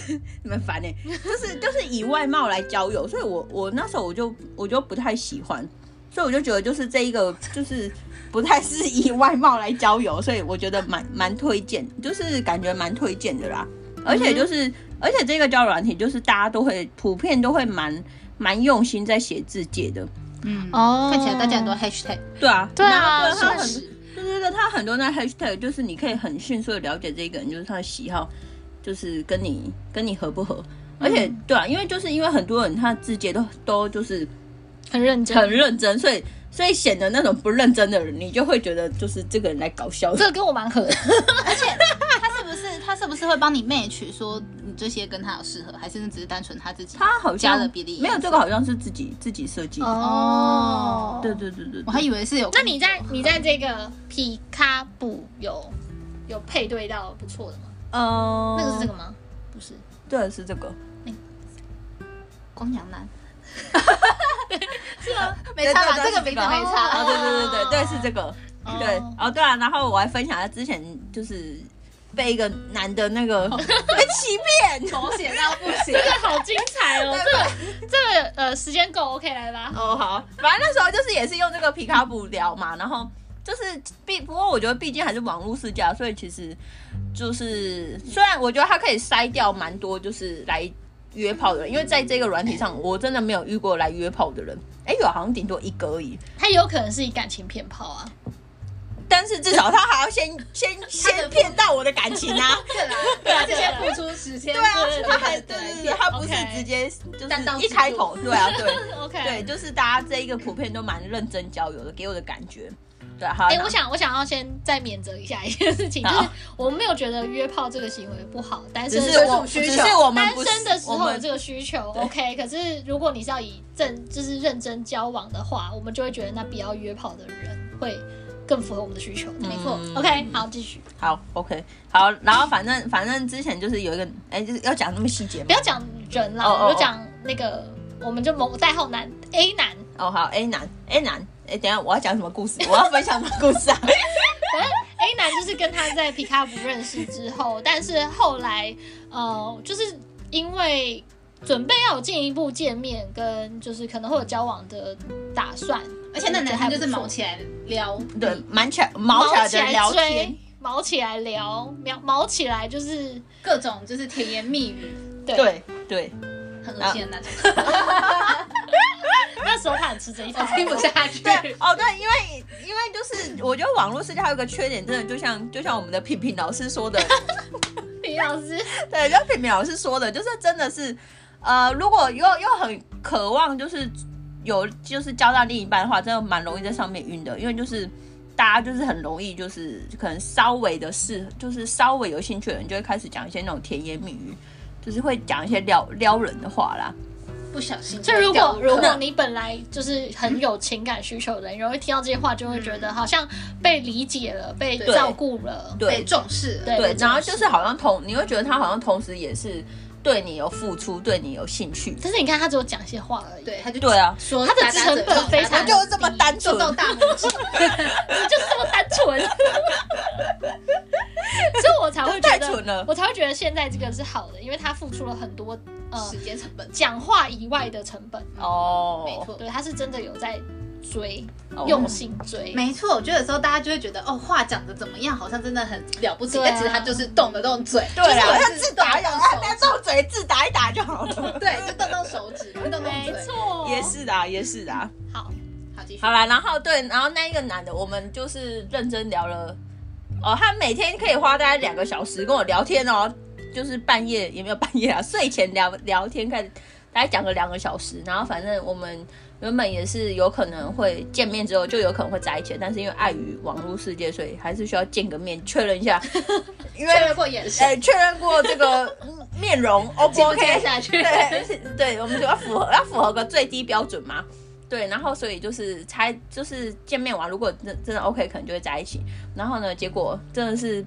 你们烦呢、欸就是就是以外貌来交友，所以我我那时候我就我就不太喜欢，所以我就觉得就是这一个就是不太是以外貌来交友，所以我觉得蛮蛮推荐，就是感觉蛮推荐的啦。而且就是、而且这个交友软体就是大家都会普遍都会蛮蛮用心在写字界的，嗯哦看起来大家很多 hashtag，对啊，对啊然后它是很对对对，他很多那 hashtag 就是你可以很迅速的了解这个人，就是他的喜好，就是跟你跟你合不合。而嗯且、对啊，因为就是因为很多人他的字节都都就是很认真，很认真，所以所以显得那种不认真的人，你就会觉得就是这个人来搞笑这的。个跟我蛮合的。他是不是他是不是会帮你 match 说你这些跟他有适合，还是那只是单纯他自己？他好像加了比例没有这个，好像是自己自己设哦计的。哦对对对对，我还以为是有。那你在你在这个皮卡布有有配对到不错的吗？呃，那个是这个吗？不是，对是这个，光阳男， 是吗？没差吧？这对对个名字没哦，差。对对对对对是这个。对，哦对啊，然后我还分享他之前就是被一个男的那个 被欺骗，狗血哦到不行这个好精彩哦！ 这个这个呃，时间够 OK 来吧？ 哦好，反正那时候就是也是用这个皮卡布聊嘛，然后就是毕不过我觉得毕竟还是网络世家，所以其实就是虽然我觉得它可以筛掉蛮多就是来约炮的人，因为在这个软体上我真的没有遇过来约炮的人，哎有好像顶多一个而已，他有可能是以感情骗炮啊，但是至少他还要先先先骗到我的感情啊。对啦，对啊这些付出时间，对啊付，出他还对对对对对，对，他不是 OK 直接就单刀是直一入开口，对啊，对 OK 对，就是大家这一个普遍都蛮认真交友的，给我的感觉，对啊，好，哎、那我想我想要先再免责一下一件事情，就好是我没有觉得约炮这个行为不好，单只身是的时候我只是我们单不身的时我候有们这个需求对，OK。可是如果你是要以正就是认真交往的话，我们就会觉得那比要约炮的人会更符合我们的需嗯求。没错。 OK，好，继续，好，OK，好，然后反正反正之前就是有一个，哎，就是要讲那么细节不吗？要讲人啦，哦哦哦我就讲那个，我们就某代号男 A 男，哦，好，A 男，A 男，哎，等一下我要讲什么故事？我要分享什么故事啊？ 反正 A 男就是跟他在皮卡布认识之后，但是后来呃，就是因为准备要有进一步见面，跟就是可能会有交往的打算，而且那男生就是毛起来撩，对，蛮起来毛起来起的来聊天追，，毛起来聊，毛毛起来就是各种就是甜言蜜语，对。对 对，很恶心的那 种，那时候他很吃这一套 我，听不下去。对，哦，对，因为因为就是我觉得网络世界还有一个缺点，真的就像就像我们的品品老师说的，李老师对，就品品老师说的，就是真的是，呃，如果又又很渴望就是有就是交到另一半的话，真的蛮容易在上面晕的，因为就是大家就是很容易就是可能稍微的是就是稍微有兴趣的人就会开始讲一些那种甜言蜜语，就是会讲一些撩撩人的话啦。不小心就如掉果入如坑果你本来就是很有情感需求的人，容易听到这些话，就会觉得好像被理解了，被对照顾了。对被重视了，对对，然后这就种是好像同你会觉得他好像同时也是对你有付出，对你有兴趣。但是你看，他只有讲一些话而已。对，他就对啊，说他的打打成本嘴炮非打常打就嘴这么单就到大拇指，就是这么单纯，所以我才会觉太得，蠢了我才会觉得现在这个是好的，因为他付出了很多呃 时间成本。讲话以外的成本，哦，没错，对，他是真的有在追，哦用心追。没错，我觉得有时候大家就会觉得，哦，话讲的怎么样，好像真的很了不起，对啊但其实他就是动了动嘴，对啊啊就是啦，我他是自打一动打，动手他用嘴自打一打就好了。对，就动动手指，动动没嘴。错， 也是的啊，也是的啊。好。好，继续好。啦，然后对，然后那一个男的，我们就是认真聊了。哦，他每天可以花大概两个小时跟我聊天哦，就是半夜也没有半夜啊， 睡前聊聊天，看大概讲个两个小时。然后反正我们原本也是有可能会见面之后就有可能会在一起，但是因为碍于网络世界，所以还是需要见个面确认一 下，因为确认过眼神，呃确认过这个面容 O 不继续 OK 接下去。对，对，我们就要符合要符合个最低标准嘛。对，然后所以就是才就是见面完，如果真真的 OK，可能就会在一起。然后呢，结果真的是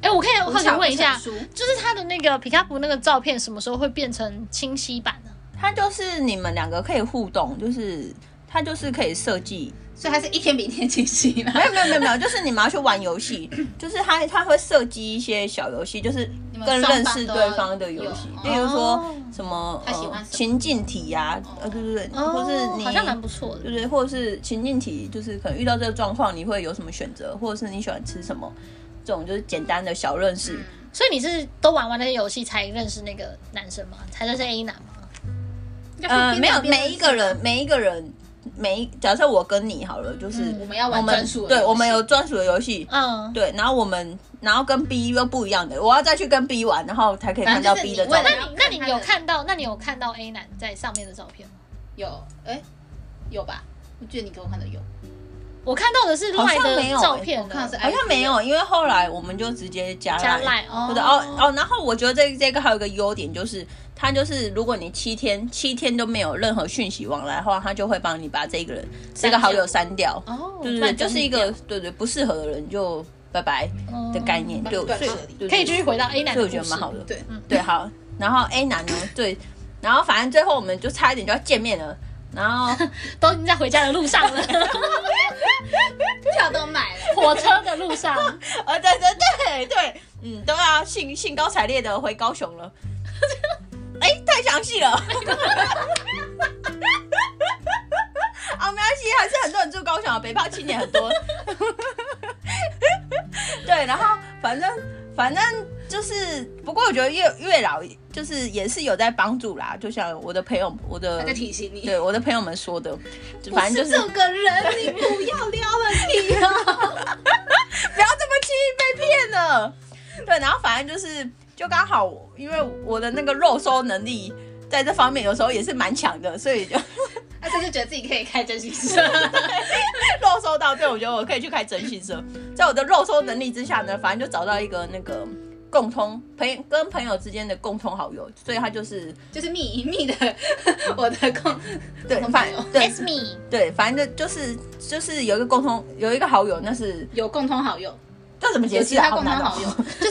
哎、我可以好 我奇问一下，书就是他的那个皮卡布那个照片什么时候会变成清晰版呢？他就是你们两个可以互动，就是他就是可以设计，所以他是一天比一天清晰嘛没？有没有没有没有，就是你们要去玩游戏，就是他他会设计一些小游戏，就是你们更双认方识都对要方的游有戏，哦例如说哦什么他喜欢什呃么哦情境题呀、呃对对对，或是你好像蛮不错的。就是或者是情境题，就是可能遇到这个状况，你会有什么选择，或者是你喜欢吃什么，这种就是简单的小认识。嗯所以你是都玩完那些游戏才认识那个男生吗？才认识 A 男吗？应该是呃，边没有玩边每一认识个人，每一个人，每一假设我跟你好了，就是嗯我们要我玩们专属的游戏，对，我们有专属的游戏。嗯，对，然后我们，然后跟 B 又不一样的，我要再去跟 B 玩，然后才可以看反正到就是 B 你的为状了态。那你那你有看到那你有看到 A 男在上面的照片吗？有哎有吧？我记得你给我看的有，我看到的是好赖像没有的照欸片我的，看的是好像没有，因为后来我们就直接加加来赖哦或者哦哦，然后我觉得这这个还有一个优点就是，它就是如果你七天七天都没有任何讯息往来的话，它就会帮你把这个人这个好友删掉。哦，对对那对，就是一个对对不适合的人就拜拜的概念，哦嗯对，所断以嗯舍离对对可以继续回到 A 男所的以故我事，觉得蛮好的。对，对，好。然后 A 男呢，对，然后反正最后我们就差一点就要见面了，然后都已经在回家的路上 了，票都买了， 火车的路上， 啊，对对对对，嗯，都要兴兴高采烈的回高雄了。 哎、太详细了。 啊，没关系，还是很多人住高雄啊，北漂青年很多。 对，然后反正反正就是，不过我觉得月月老就是也是有在帮助啦，就像我的朋友，我的他在提醒你，对我的朋友们说的，就反正就是这个人，你不要撩了你 啊！不要这么轻易被骗了。对，然后反正就是，就刚好我因为我的那个肉收能力在这方面有时候也是蛮强的，所以就他这就觉得自己啊可以开真心社， 肉收到。对，我觉得我可以去开征信社，在我的肉收能力之下呢，反正就找到一个那个共通朋友跟朋友之间的共同好友，所以他就是就是密一密的，我的共对共同反好友对 It's me，对，反正就是就是有一个共同有一个好友，那是有共同好友，这怎么解有释其啊？他好共同难哦好友，就是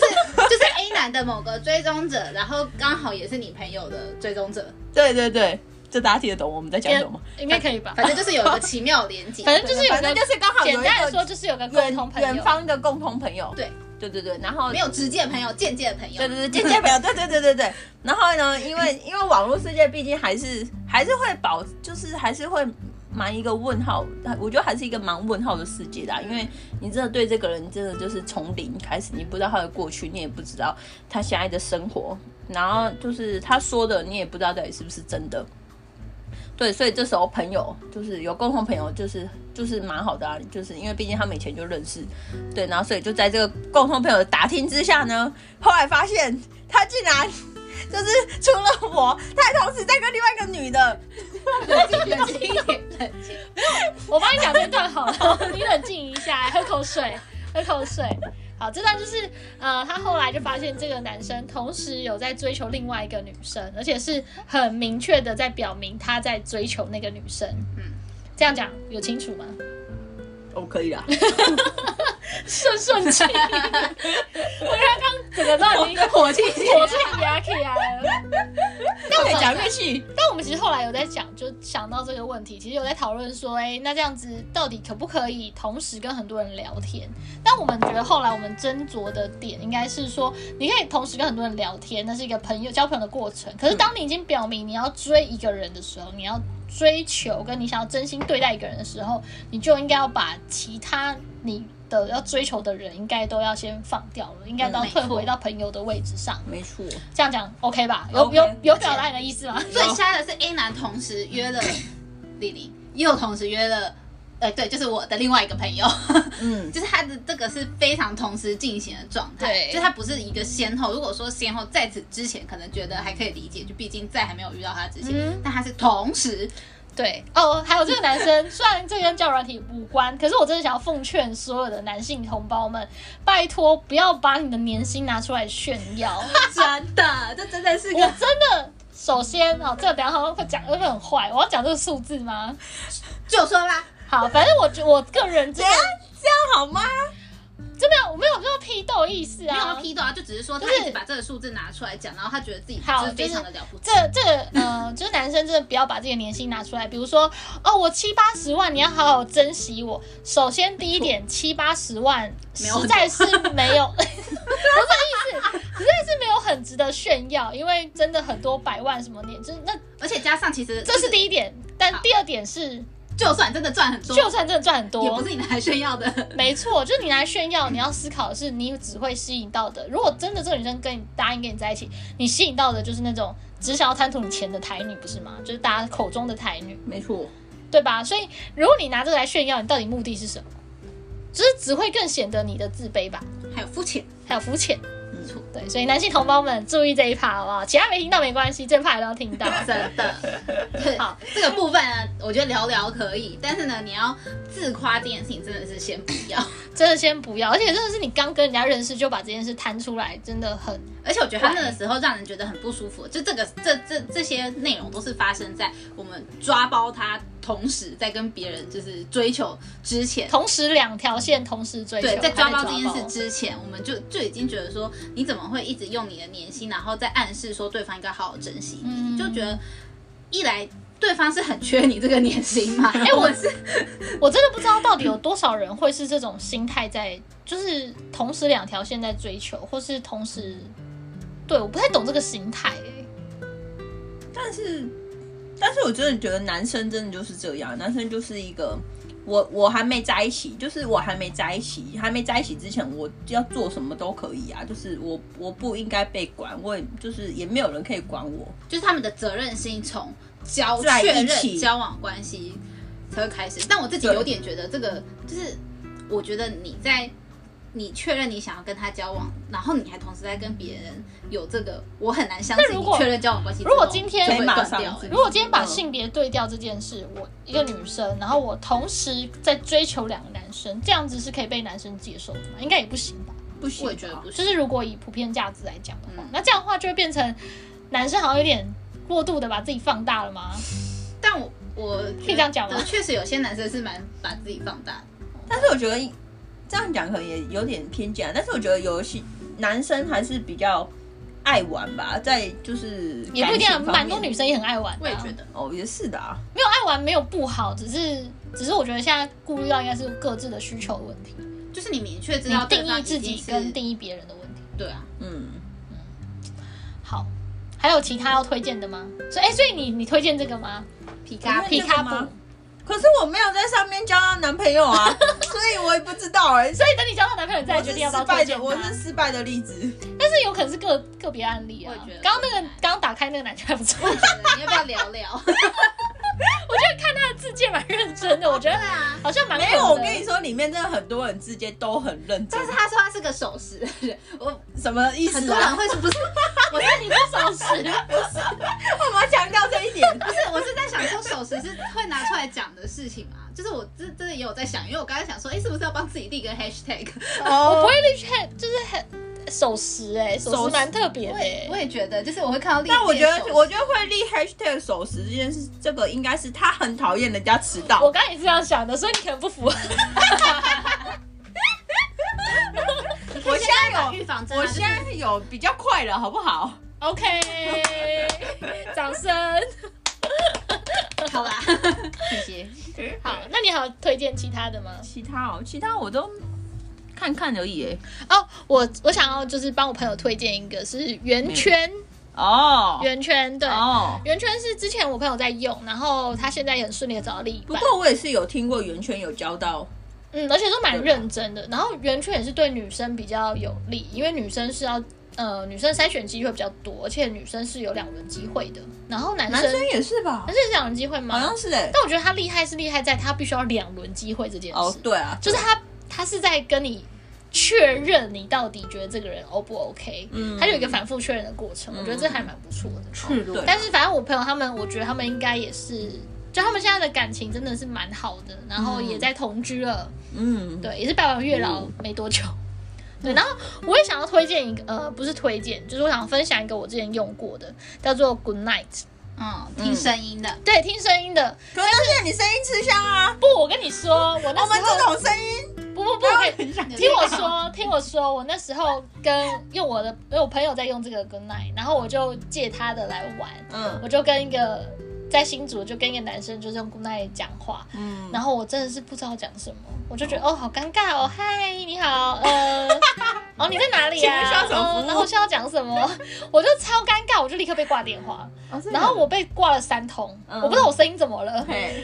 就是 A 男的某个追踪者，然后刚好也是你朋友的追踪者，对对对，这大家听得懂我们在讲什么吗？应该可以吧？反正就是有一个奇妙连接。反正就是有 反个正就是刚好有一简个单的说，就是有个共远同朋远友。方的共同朋友。对对对对，然哦后没有直接朋友，间接朋友。对对对间接朋友，对对对对对。然后呢，因为因为网络世界毕竟还是还是会保，就是还是会蛮一个问号，我觉得还是一个蛮问号的世界啦。因为你真的对这个人真的就是从零开始，你不知道他的过去，你也不知道他现在的生活，然后就是他说的，你也不知道到底是不是真的。对，所以这时候朋友就是有共同朋友，就是就是蛮好的啊，就是因为毕竟他们以前就认识，对，然后所以就在这个共同朋友的打听之下呢，后来发现他竟然就是除了我，他还同时在跟另外一个女的，冷静冷静一点，冷静。我帮你讲这段好了， 你冷静一下，喝口水，喝口水。好，这段就是呃，他后来就发现这个男生同时有在追求另外一个女生，而且是很明确的在表明他在追求那个女生。嗯嗯，这样讲有清楚 吗？哦，可 以啊，顺顺气， 我刚刚整个都 已经火气气火气压起来了。那越讲越气，但我们其实后来有在讲，就想到这个问题，其实有在讨论说，哎、那这样子到底可不可以同时跟很多人聊天？但我们觉得后来我们斟酌的点应该是说，你可以同时跟很多嗯人聊天，那是一个朋友交朋友的过程。可是当你已经表明你要追一个人的时候，你要追求跟你想要真心对待一个人的时候，你就应该要把其他你的要追求的人，应该都要先放掉了，应该都要嗯没退错回到朋友的位置上。没错，这样讲 OK 吧？有有 OK，有表达你的意思吗？ 最瞎的是 A 男同时约了李玲，又同时约了，呃，对，就是我的另外一个朋友， 嗯，就是他的这个是非常同时进行的状态，对就他不是一个先后。如果说先后在此之前，可能觉得还可以理解，就毕竟在还没有遇到他之前，嗯但他是同时，对哦，还有这个男生， 虽然这跟交友软体无关，可是我真的想要奉劝所有的男性同胞们，拜托不要把你的年薪拿出来炫 耀。真的，这真的是我真的，首先哦，这个等一下好像会讲会很坏，我要讲这个数字吗？就说啦，好，反正我觉我个人真的好吗？真的我没有说批斗意思没有要啊。批斗啊，就只是说他就是一直把这个数字拿出来讲，然后他觉得自己好就是非常的了不起这。这个 呃，就是男生真的不要把自己的年薪拿出来，比如说哦，我七八十万，你要好好珍惜我。首先第一点，七八十万没实有很在是没有， 不是意思，实在是没有很值得炫耀，因为真的很多百万什么年，就是那而且加上其实这是第一点。但好第二点是，就算真的赚很多，就算真的赚很多，也不是你拿来炫耀的。没错，就是你来炫耀，你要思考的是，你只会吸引到的。如果真的这个女生跟你答应跟你在一起，你吸引到的就是那种只想要贪图你钱的台女，不是吗？就是大家口中的台女，没错，对吧？所以如果你拿这个来炫耀，你到底目的是什么？只是只会更显得你的自卑吧，还有肤浅，还有肤浅。没错，对，所以男性同胞们注意这一趴，好不好？其他没听到没关系，这趴也都要 听到。真的。对好，这个部分呢，我觉得聊聊可以，但是呢，你要自夸这件事情真的是先不要。真的先不要，而且真的是你刚跟人家认识就把这件事摊出来，真的很而且我觉得他那个时候让人觉得很不舒服，就这个这这这些内容都是发生在我们抓包他同时在跟别人就是追求之前。同时两条线同时追求，对，在抓还没包这件事包之前，我们就就已经觉得说，你怎么会一直用你的年薪，然后再暗示说对方应该好好珍惜你，嗯就觉得一来对方是很缺你这个年 薪嘛，哎、我我是我真的不知道到底有多少人会是这种心态在，就是同时两条线在追求，或是同时，对，我不太懂这个心态、欸。但是，但是我真的觉得男生真的就是这样，男生就是一个，我我还没在一起，就是我还没在一起，还没在一起之前，我要做什么都可以啊，就是我我不应该被管，我也就是也没有人可以管我，就是他们的责任心从交在确一认起交往关系才会开始。但我自己对有点觉得这个，就是我觉得你在你确认你想要跟他交往，然后你还同时在跟别人有这个，我很难相那信如你果确认交往关系之后如果今天就会马断上掉、自欸己如果今天把嗯性别对调这件事，我一个女生，然后我同时在追求两个男生，这样子是可以被男生接受的吗？应该也不行吧。不行吧，我也觉得不是，就是如果以普遍价值来讲的话，嗯那这样的话就会变成男生好像有点过度的把自己放大了吗？但我我可以这样讲吗觉得确实有些男生是蛮把自己放大的。但是我觉得这样讲可能也有点偏见啊，但是我觉得有些男生还是比较爱玩吧，在就是也不一定啊，感情方蛮多面女生也很爱玩、啊。我也觉得，哦，也是的啊，没有爱玩没有不好，只是只是我觉得现在顾虑到应该是各自的需求的问题，就是你明确知你道对定方义已自经己是跟定义别人的问题。对啊，嗯。好，还有其他要推荐的吗？所以哎、所以你你推荐这个吗？皮卡卡皮皮皮卡卡布，布可是我没有在上面交到男朋友 啊，所以我也不知道哎、所以等你交到男朋友，你再来我决是定要不失要推败荐的，他。我是失败的例子。但是有可能是个个别案例啊我也觉。得刚刚那个刚打开那个男生还不错，你要不要聊 聊？他的字界蛮认真的，我觉得对啊，好像蛮没有，好我的跟你说，里面真的很多人之间都很认真但。是他说他是个守时的人， 我什么意很思多人啊？会说 不是，我是你不守时，干嘛强调这一点？ 不是，我是在想说守时是会拿出来讲的事情嘛？就是我这真的也有在想，因为我刚才想说，哎、是不是要帮自己立一个 hashtag？我不哦会立很就是很守时哎、守守时时蛮特别的、我欸也 我。也觉得，就是我会看到立界守时。但我觉得，我觉得会立 hashtag 守时这件事，这个应该是他很讨厌人家迟到。我刚刚也是这样想的，所以你可能不符合。我现在打有预防针啊、我现在有比较快了，好不好？ OK，掌声。啊就是好啦，谢谢。好，那你还有推荐其他的吗？其他哦，其他我都看看而已。哎哦，我我想要就是帮我朋友推荐一个是圆圈哦圆圈对，哦。圆圈是之前我朋友在用，然后他现在也很顺利的找到另一不半。过我也是有听过圆圈有交到，嗯，而且都蛮认真的。然后圆圈也是对女生比较有利，因为女生是要呃女生筛选机会比较多，而且女生是有两轮机会的。然后男生男男生生也是吧？是两轮机会好吗像？是哎、但我觉得他厉害是厉害在他必须要两轮机会这件事，哦，对啊，就是他他是在跟你确认你到底觉得这个人 O 不 OK，嗯他有一个反复确认的过程，我觉得这还蛮不错的。赤裸对但是反正我朋友他们，我觉得他们应该也是，就他们现在的感情真的是蛮好的，然后也在同居了。嗯，对，也是拜完月老没多久。对，然后我也想要推荐一个，呃，不是推荐，就是我想分享一个我之前用过的，叫做 Good Night。嗯，听声音的，对，听声音的。可是就是你声音吃香啊，不，我跟你说，我我那们时这候种声音不不不，我跟很想听我说，听我说，我那时候跟用我的，因为我朋友在用这个 Good Night，然后我就借他的来玩，嗯我就跟一个在新竹就跟一个男生就是用 Good Night 讲话，嗯，然后我真的是不知道讲什么，我就觉得哦好尴尬哦，嗨你好，呃，哦你在哪里请问需啊要？什么服务哦，然后是要讲什么？ 我就超尴尬，我就立刻被挂电话，哦然后我被挂了三通，嗯我不知道我声音怎么了，嘿，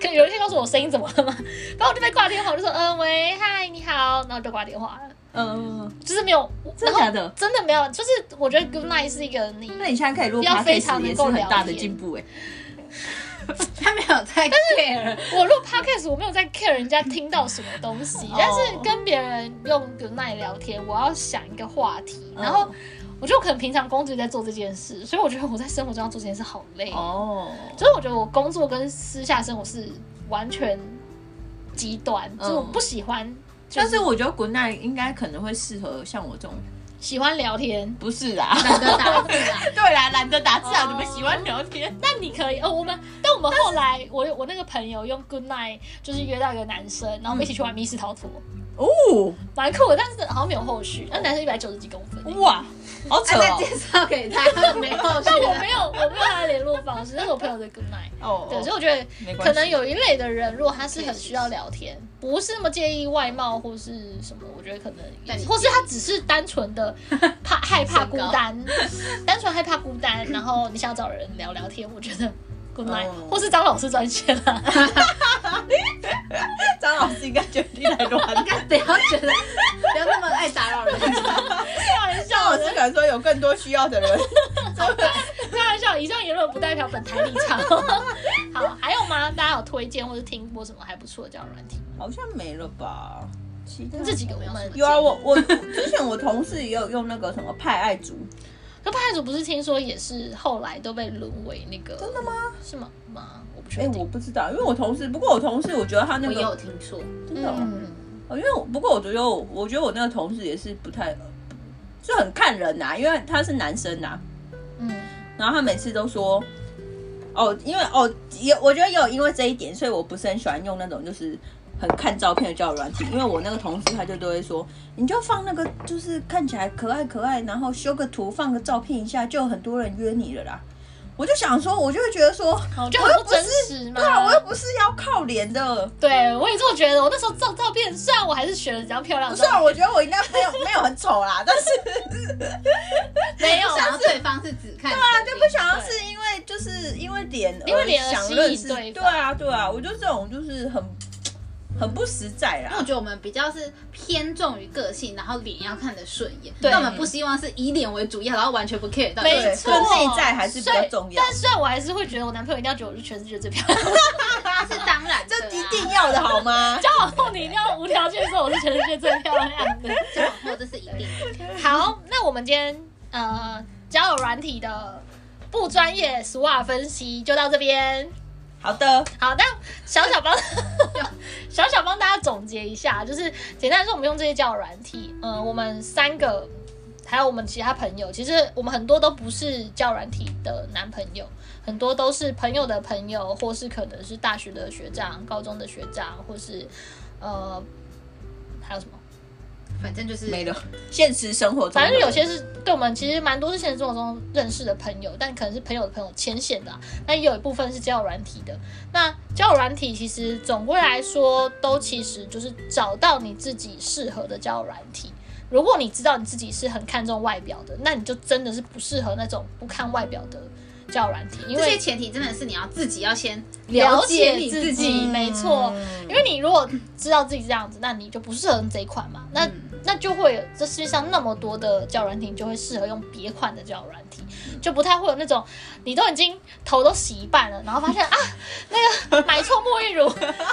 可有人可以告诉我声音怎么了吗？ 然后我就被挂电话，我就说嗯喂嗨你好，然后就挂电话了，嗯，就是没有，真的假的？嗯真的没有，就是我觉得 good night 是一个你那你现在可以录要 podcast 非常能也是够很聊大的天进步哎、他没有在 care，我录 podcast 我没有在 care 人家听到什么东西，哦但是跟别人用 Good Night 聊天，我要想一个话题，嗯然后我觉得我可能平常工作也在做这件事，所以我觉得我在生活中要做这件事好累，哦，所以我觉得我工作跟私下生活是完全极端，嗯就是我不喜欢，就但是是我觉得 Good Night 应该可能会适合像我这种，喜欢聊天。不是啦，懒得打字 啊。 对啦，懒得打字啊，哦你们喜欢聊天，那你可以哦，我们但我们后来，我我那个朋友用 Good Night 就是约到一个男生，然后我们一起去玩密室逃脱，哦，蛮酷的，但是好像没有后续。那男生一百九十几公分，哦哇，好扯他再哦，介绍给他，没 后续但我了。没有，我没有他的联络方式，那是我朋友的 good night。哦对，所以我觉得没关系可能有一类的人，如果他是很需要聊天，不是那么介意外貌或是什么，我觉得可能也是，但或是他只是单纯 的怕害怕孤单， 单纯害怕孤单，然后你想找人聊聊天，我觉得 good night，、哦或是张老师专线 啦。张老师应该决定来乱应。该不要觉得不要那么爱打 扰人家。开玩 张笑老师的，可能说有更多需要的人， 开玩笑，以上言论不代表本台立 场。好，还有吗？大家有推荐或是听过什么还不错的交友软体？好像没了吧？其他这几个我们有啊，我我之前我同事也有用那个什么派爱族，可派组不是听说也是后来都被沦为那个？真的吗？是吗？吗？我不确哎、定。我不知道，因为我同事，不过我同事我觉得他那我个有听说，真的哦、嗯，哦，因为我不过我觉得我，我觉得我那个同事也是不太，就很看人呐、因为他是男生呐、啊嗯，然后他每次都说，哦，因为哦，也我觉得也有因为这一点，所以我不是很喜欢用那种就是很看照片的交友软体，因为我那个同事他就都会说，你就放那个就是看起来可爱可爱，然后修个图放个照片一下，就有很多人约你了嗯啦。我就想说，我就会觉得说，我觉得哦我很又不不是真实嘛。对啊，我又不是要靠脸的，对我也这么觉得。我那时候照照片，虽然我还是选了几张漂亮的虽照啊然我觉得我应该没有没有很丑啦，但是片，没有。啊想要啊对方是只看对啊他就不想要是因为就是因为脸，因为脸而想吸认引识，对对啊对啊，我就这种就是很很不实在因为我啦。觉得我们比较是偏重于个性，然后脸要看得顺眼，对但我们不希望是以脸为主要，然后完全不 care 到底没是错，对内在还是比较重要所以但虽然我还是会觉得我男朋友一定要觉得我是全世界最漂亮的，那是当然的啊，这一定要的好 吗？交往后你一定要无条件说我是全世界最漂亮的。交往后这是一定的。好，那我们今天呃交友软体的不专业 SWOT 分析就到这边。好的，好，那小小帮 小小帮大家总结一下，就是简单来说，我们用这些交友软体，嗯、我们三个还有我们其他朋友，其实我们很多都不是交友软体的男朋友，很多都是朋友的朋友，或是可能是大学的学长、高中的学长，或是呃还有什么，反正就是没了。现实生活中的，反正有些是对我们其实蛮多是现实生活中认识的朋友，但可能是朋友的朋友牵线的、啊，那也有一部分是交友软体的。那交友软体其实总归来说，都其实就是找到你自己适合的交友软体。如果你知道你自己是很看重外表的，那你就真的是不适合那种不看外表的交友软体，因这些为前提真的是你要自己要先了解解你自己己，没错。因为你如果知道自己这样子，那你就不适合这一款嘛。那、那就会有这世界上那么多的交友软体，你就会适合用别款的交友软体，就不太会有那种你都已经头都洗一半了，然后发现啊，那个买错沐浴乳，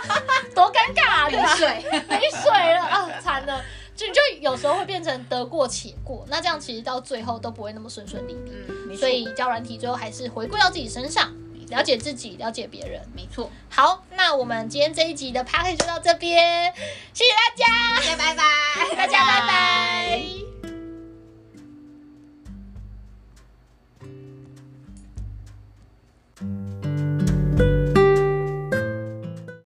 多尴尬啊，对吧？水。没水了啊，惨了。就就有时候会变成得过且过，那这样其实到最后都不会那么顺顺利利。嗯，没错所以交友软体最后还是回归到自己身上，了解自己，了解别人。没错。好，那我们今天这一集的 p a c k a g e 就到这边，谢谢大家，大家拜拜，大家拜拜